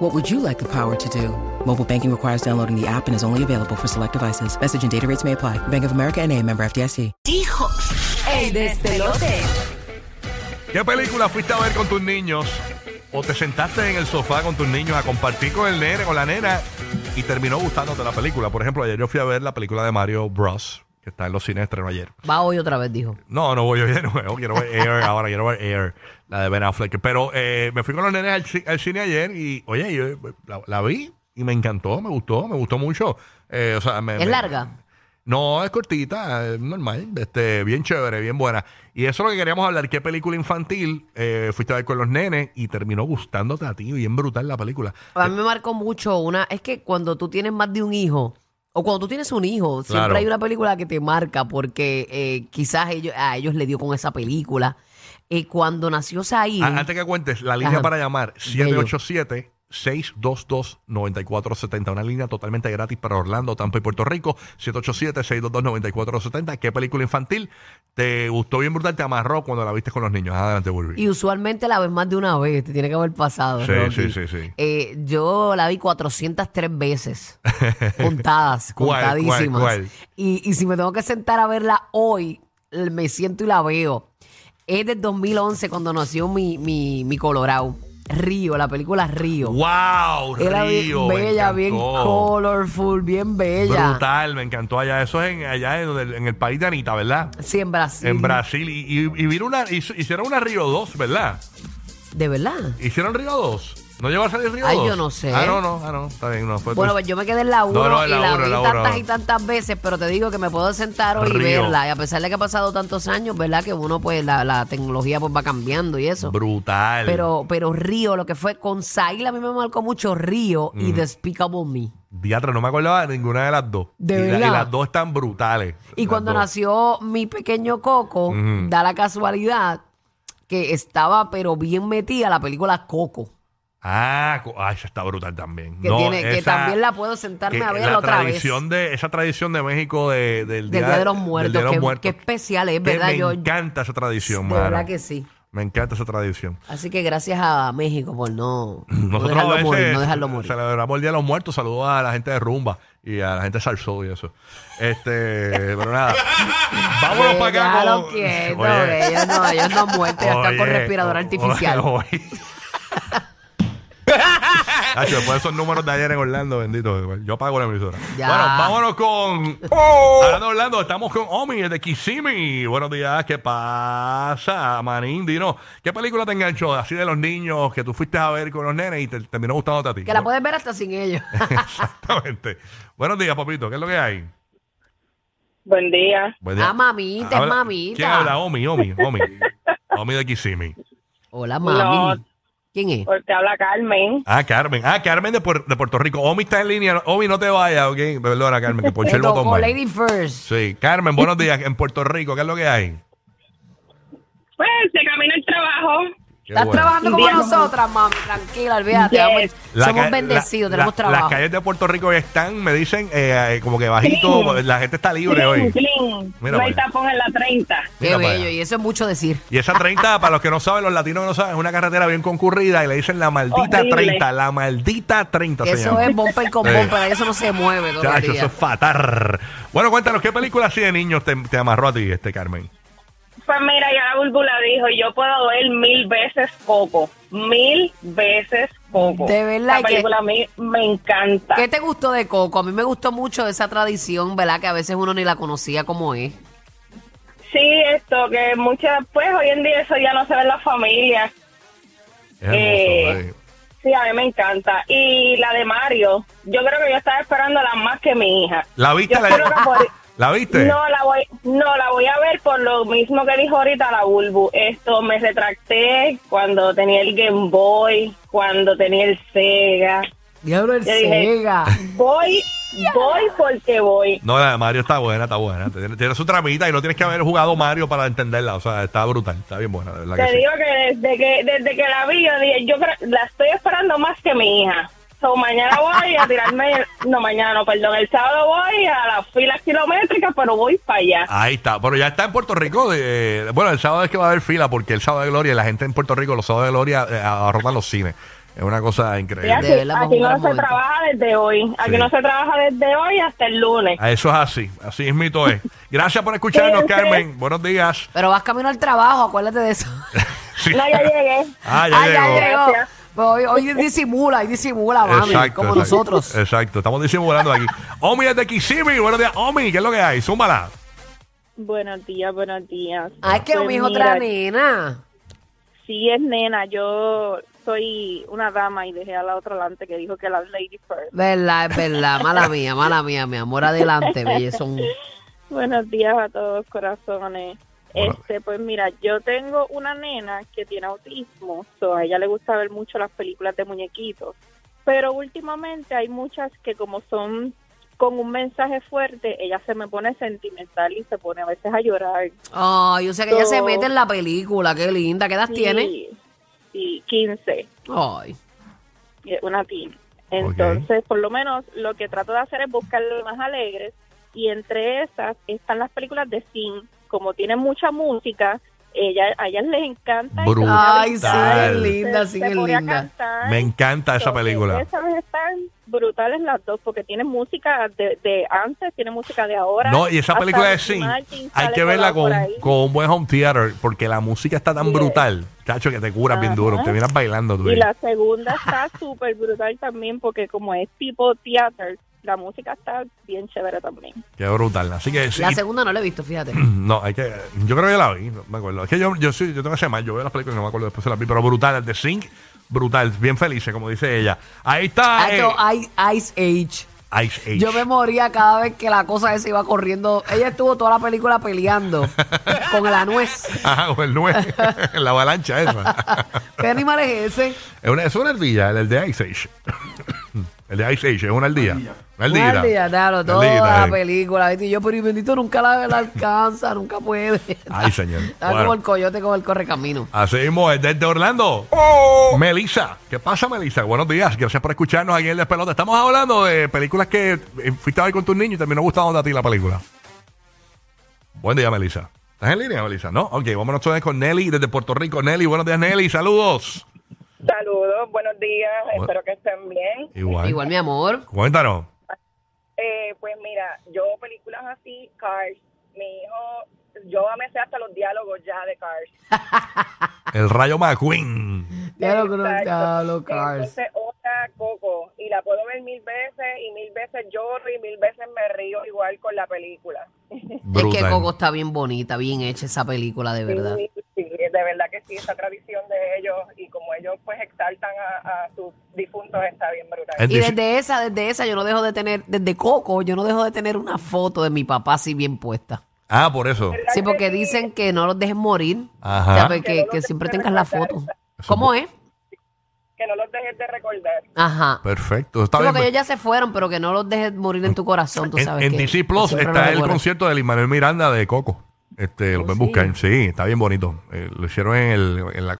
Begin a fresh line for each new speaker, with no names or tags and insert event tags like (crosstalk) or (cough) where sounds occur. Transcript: What would you like the power to do? Mobile banking requires downloading the app and is only available for select devices. Message and data rates may apply. Bank of America and a member FDIC.
Hijos. El
este
despelote.
¿Qué película fuiste a ver con tus niños? ¿O te sentaste en el sofá con tus niños a compartir con el nene, con la nena y terminó gustándote la película? Por ejemplo, ayer yo fui a ver la película de Mario Bros. que está en los cines, estrenó ayer.
Va hoy otra vez, dijo.
No, no voy a ver de nuevo, quiero ver
(laughs)
Air ahora, quiero ver Air, la de Ben Affleck. Pero eh, me fui con los nenes al, ci- al cine ayer y, oye, yo la, la vi y me encantó, me gustó, me gustó mucho. Eh, o sea, me-
Es
me-
larga.
No, es cortita, es normal, este, bien chévere, bien buena. Y eso es lo que queríamos hablar, qué película infantil eh, fuiste a ver con los nenes y terminó gustándote a ti, bien brutal la película. Eh,
A mí me marcó mucho una. Es que cuando tú tienes más de un hijo, o cuando tú tienes un hijo, siempre
Claro.
hay una película que te marca porque eh, quizás ellos, a ellos le dio con esa película. Eh, cuando nació Said,
A- Ah, antes que cuentes, la línea
Ajá.
para llamar,
Bello.
787. 622-9470, una línea totalmente gratis para Orlando, Tampa y Puerto Rico, 787-622-9470. ¿Qué película infantil te gustó bien brutal? Te amarró cuando la viste con los niños. Adelante, Burby.
y usualmente la ves más de una vez, te tiene que haber pasado.
Sí,
Rocky.
sí, sí, sí.
Eh, yo la vi 403 veces,
(laughs)
contadas,
¿Cuál, cuál,
contadísimas.
cuál?
Y, y si me tengo que sentar a verla hoy, l- me siento y la veo. Es del 2011 cuando nació mi, mi, mi Colorado, Río, la película Río.
¡Wow!
Era bien
Río, me
bella, bien
encantó.
colorful, bien bella.
Brutal, me encantó allá. Eso es en, allá en, donde- en el país de Anita, ¿verdad?
Sí, en Brasil.
En Brasil. Y, y, y vino una, hizo- hicieron una Río 2, ¿verdad?
De verdad.
¿Hicieron Río 2? ¿No llegó a salir Río
Ay,
2?
yo no sé.
Ah, no, no, ah, no. Está bien, no. Fue
Bueno,
tú-
pues yo me quedé en la 1
No, no, en
y
la
la
uno,
vi
en la
tantas
uno.
y tantas veces, pero te digo que me puedo sentar hoy y
Río.
verla. Y a pesar de que ha pasado tantos años, ¿verdad? Que uno, pues, la, la tecnología pues va cambiando y eso.
Brutal.
Pero, pero Río, lo que fue con Sail, a mí me marcó mucho Río
Mm.
y Despicable Me.
Diatra, no me acordaba de ninguna de las dos.
De
y, la- y
verdad.
las dos están brutales.
Y
Las
cuando
dos. Mm-hmm.
nació mi pequeño Coco, da la casualidad que estaba, pero bien metida la película Coco.
Ah, co- ah, esa está brutal también.
Que,
No,
tiene, que
esa-
también la puedo sentarme
que
a ver
la
otra vez.
tradición De, esa tradición de México de- del,
Del Día de los
del
Muertos,
Día de los
qué-
Muertos.
qué especial es,
Que
¿verdad?
Me
Yo-
encanta esa tradición,
De verdad
mano.
que sí.
Me encanta esa tradición.
Así que gracias a México por no, no
Nosotros
dejarlo
a veces
morir, no dejarlo morir.
celebramos el Día de los Muertos. Saludos a la gente de Rumba y a la gente de Salsó y eso. Este, (laughs) pero nada. Vámonos para acá.
Déjalo
con-
quieto,
Oye,
que ellos no, ellos no han muerto, ya están con
oye,
respirador
o-
artificial.
oye, (laughs) oye. Nacho, después de esos números de ayer en Orlando, bendito. Yo pago la emisora.
Ya. Oh.
Bueno, vámonos con.
(laughs)
Hablando de Orlando, estamos con Omi de Kissimmee. Buenos días, ¿qué pasa, Manín? Dino, ¿qué película te enganchó así de los niños que tú fuiste a ver con los nenes y te terminó gustándote a ti?
Que la puedes ver hasta sin ellos.
(laughs) Exactamente. Buenos días, papito. ¿Qué es lo que hay?
Buen día.
(laughs)
Buen
ah, mamita, es
Habla-
mamita.
¿Quién habla? Omi, Omi, Omi. Omi de Kissimmee.
Hola, mami.
No.
¿Quién es?
Porque pues, habla Carmen.
Ah, Carmen. Ah, Carmen de, Puer- de Puerto Rico. Omi está en línea. Omi, no te vayas, ¿ok? Perdona, Carmen, que ponché
Te (laughs)
el botón
tocó
mal.
Lady First.
Sí. Carmen, buenos días. En Puerto Rico, ¿qué es lo que hay?
Pues se camina el trabajo.
Qué
Estás
bueno.
trabajando como
Bien.
nosotras, mami. Tranquila, olvídate.
Yes.
amor.
La
Somos
ca-
bendecidos,
la-
tenemos
la-
trabajo.
Las calles de Puerto Rico están, me dicen, eh, eh, como que bajito.
Clean.
La gente está libre
Clean,
hoy.
clean. no
Mira para
hay
allá.
tapón en la 30.
Qué
Mira para
bello,
allá.
y eso es mucho decir.
Y esa 30, para los que no saben, los latinos que no saben, es una carretera bien concurrida y le dicen la maldita
Horrible.
30, la maldita 30 se
Eso
llama.
es bumper con
Sí.
bumper, eso no se mueve todo el
Chacho,
día.
eso es fatal. Bueno, cuéntanos, ¿qué película así de niños te, te amarró a ti, este Carmen?
Pues mira, ya la búlbula dijo, yo puedo ver mil veces Coco. Mil veces Coco.
De verdad
La
que-
película a mí me encanta.
¿Qué te gustó de Coco? A mí me gustó mucho esa tradición, ¿verdad? Que a veces uno ni la conocía como es.
Sí, esto que muchas, pues hoy en día eso ya no se ve en las familias.
Es hermoso,
Eh,
eh.
Sí, a mí me encanta. Y la de Mario, yo creo que yo estaba esperando la más que mi hija.
¿La viste?
yo
La,
creo que por-
¿La viste?
No la voy, no la voy a ver por lo mismo que dijo ahorita la Bulbu. Esto me retracté cuando tenía el Game Boy, cuando tenía el Sega,
Diablo el
Yo dije-
Sega.
Voy, voy porque voy.
No, la de Mario está buena, está buena. Tiene, tiene su tramita y no tienes que haber jugado Mario para entenderla. O sea, está brutal, está bien buena, de verdad
Te
Ah, que sí.
digo que desde que desde que la vi, yo dije, yo creo- la estoy esperando más que mi hija. So, mañana voy a tirarme, no mañana, no, perdón, el sábado voy a las filas kilométricas, pero voy para allá.
Ahí está. Bueno, ya está en Puerto Rico. de- bueno, el sábado es que va a haber fila porque el sábado de Gloria, la gente en Puerto Rico, los sábados de Gloria, eh, abarrotan los cines. Es una cosa
Y
increíble.
aquí,
De verdad, fue un
aquí no
gran
se
momento.
trabaja desde hoy, aquí
Sí.
no se trabaja desde hoy hasta el lunes.
Ah, Eso es así. Así es mito es. Gracias por escucharnos,
Cuídense.
Carmen. Buenos días.
Pero vas camino al trabajo, acuérdate de
(laughs)
eso.
Sí.
No, ya llegué.
(laughs) Ah, ya
Ah, ya
llegó.
llegó.
Gracias.
Pues hoy, hoy disimula, hoy disimula, mami,
Exacto,
como
exacto.
nosotros.
Exacto, estamos disimulando aquí. Omi es de Kissimmee. Buenos días, Omi. ¿Qué es lo que hay? Zúmbala.
Buenos días, buenos días.
Ah, es que
Pues
mi hijo
mira,
otra nena.
Sí, es nena, yo soy una dama y dejé a la otra delante que dijo que la lady first.
Verdad, es verdad. Mala mía, mala mía, mi amor. Adelante, bellezón.
Buenos días a todos, corazones.
Hola.
Este, pues mira, yo tengo una nena que tiene autismo, so a ella le gusta ver mucho las películas de muñequitos, pero últimamente hay muchas que como son con un mensaje fuerte, ella se me pone sentimental y se pone a veces a llorar.
Ay, yo sé que ella se
No.
mete en la película. Qué linda. ¿Qué edad tiene?
Sí, Sí, 15.
Ay.
eh, una teen. Entonces, por lo menos lo que trato de hacer es buscar las más alegres y entre esas están las películas de Sin, como tienen mucha música, ella, a ellas les encanta. y se pone a
Ay, sí,
brincar,
es linda, sí,
se
es
pone a
linda.
cantar.
Me encanta esa
Entonces,
película.
Esas están brutales las dos porque tienen música de, de antes, tienen música de ahora.
No, y esa
Hasta
película de
Ricky
Sin,
Martin
hay
sale
que verla
colado
con,
por ahí.
con un buen home theater porque la música está tan
Sí.
brutal, chacho, que te curas bien duro.
Ajá.
Te miras bailando tú.
Y
ahí.
la segunda está súper brutal también porque como es tipo theater, la música está bien chévere también.
Qué brutal. Así que sí.
La segunda no la he visto, fíjate.
No, hay que. Yo creo que la vi, no me acuerdo. Es que yo, yo, soy- yo tengo ese mal, yo veo las películas y no me acuerdo después de las vi, pero brutal, el de Sync, brutal, bien felices, como dice ella. Ahí está.
Ah,
eh,
esto, Ice, Ice Age.
Ice Age.
Yo me moría cada vez que la cosa esa iba corriendo. Ella estuvo toda la película
(laughs)
peleando con la nuez.
(laughs) Ajá, o el 9, (laughs) la
(laughs)
avalancha esa.
¿Qué animal es ese?
es, una, es una ardilla, el, el de Ice Age. (coughs) el de Ice Age es una ardilla. Una ardilla.
Una ardilla, claro,
Una eh.
toda
ardilla,
la
sí.
película. ¿viste? Y yo, pero y bendito nunca la, la alcanza, nunca puede.
Ay, señor.
(laughs) Está
Bueno.
como el coyote con el correcamino.
Así mismo es desde Orlando. Melissa, ¿qué pasa, Melissa? Buenos días, gracias por escucharnos aquí en El Pelota. Estamos hablando de películas que eh, fuiste a ver con tus niños y terminó gustando a ti la película. Buen día, Melissa. ¿Estás en línea, Melissa? No, ok, vámonos entonces con Nelly desde Puerto Rico. Nelly, buenos días, Nelly, saludos.
Saludos, buenos días, espero que estén bien.
Igual.
Igual, mi amor.
Cuéntanos.
Eh, pues mira, yo películas así, Cars, mi hijo, yo me sé hasta los diálogos ya de Cars.
El rayo McQueen.
Ya lo
Exacto.
ya lo Cars.
Entonces otra Coco, y la puedo ver mil veces, y mil veces lloro, y mil veces me río igual con la película.
Es que
Brutal.
Coco está bien bonita, bien hecha esa película, de verdad.
Sí, sí, de verdad que sí, esa tradición de ellos, y como ellos pues exaltan a, a sus difuntos, está bien brutal.
En
Y
dic-
desde esa, desde esa, yo no dejo de tener, desde Coco, yo no dejo de tener una foto de mi papá así bien puesta.
Ah, por eso.
Sí, porque dicen que no los dejes morir.
Ajá.
O sea, pues,
Que
que,
no
que
los
siempre
dejes
tengas la
recordar.
foto. ¿Cómo es?
que no los dejes de recordar.
Ajá.
Perfecto. Está
Sí,
bien. pues.
porque ellos ya se fueron, pero que no los dejes morir en tu corazón, tú
En-
sabes.
En,
que-
DC
que
Plus
siempre
está
lo Oh,
el
recuerdas.
concierto de Manuel Miranda de Coco. Este, lo pueden buscar. Sí, está bien bonito. Eh, lo hicieron en, el, en la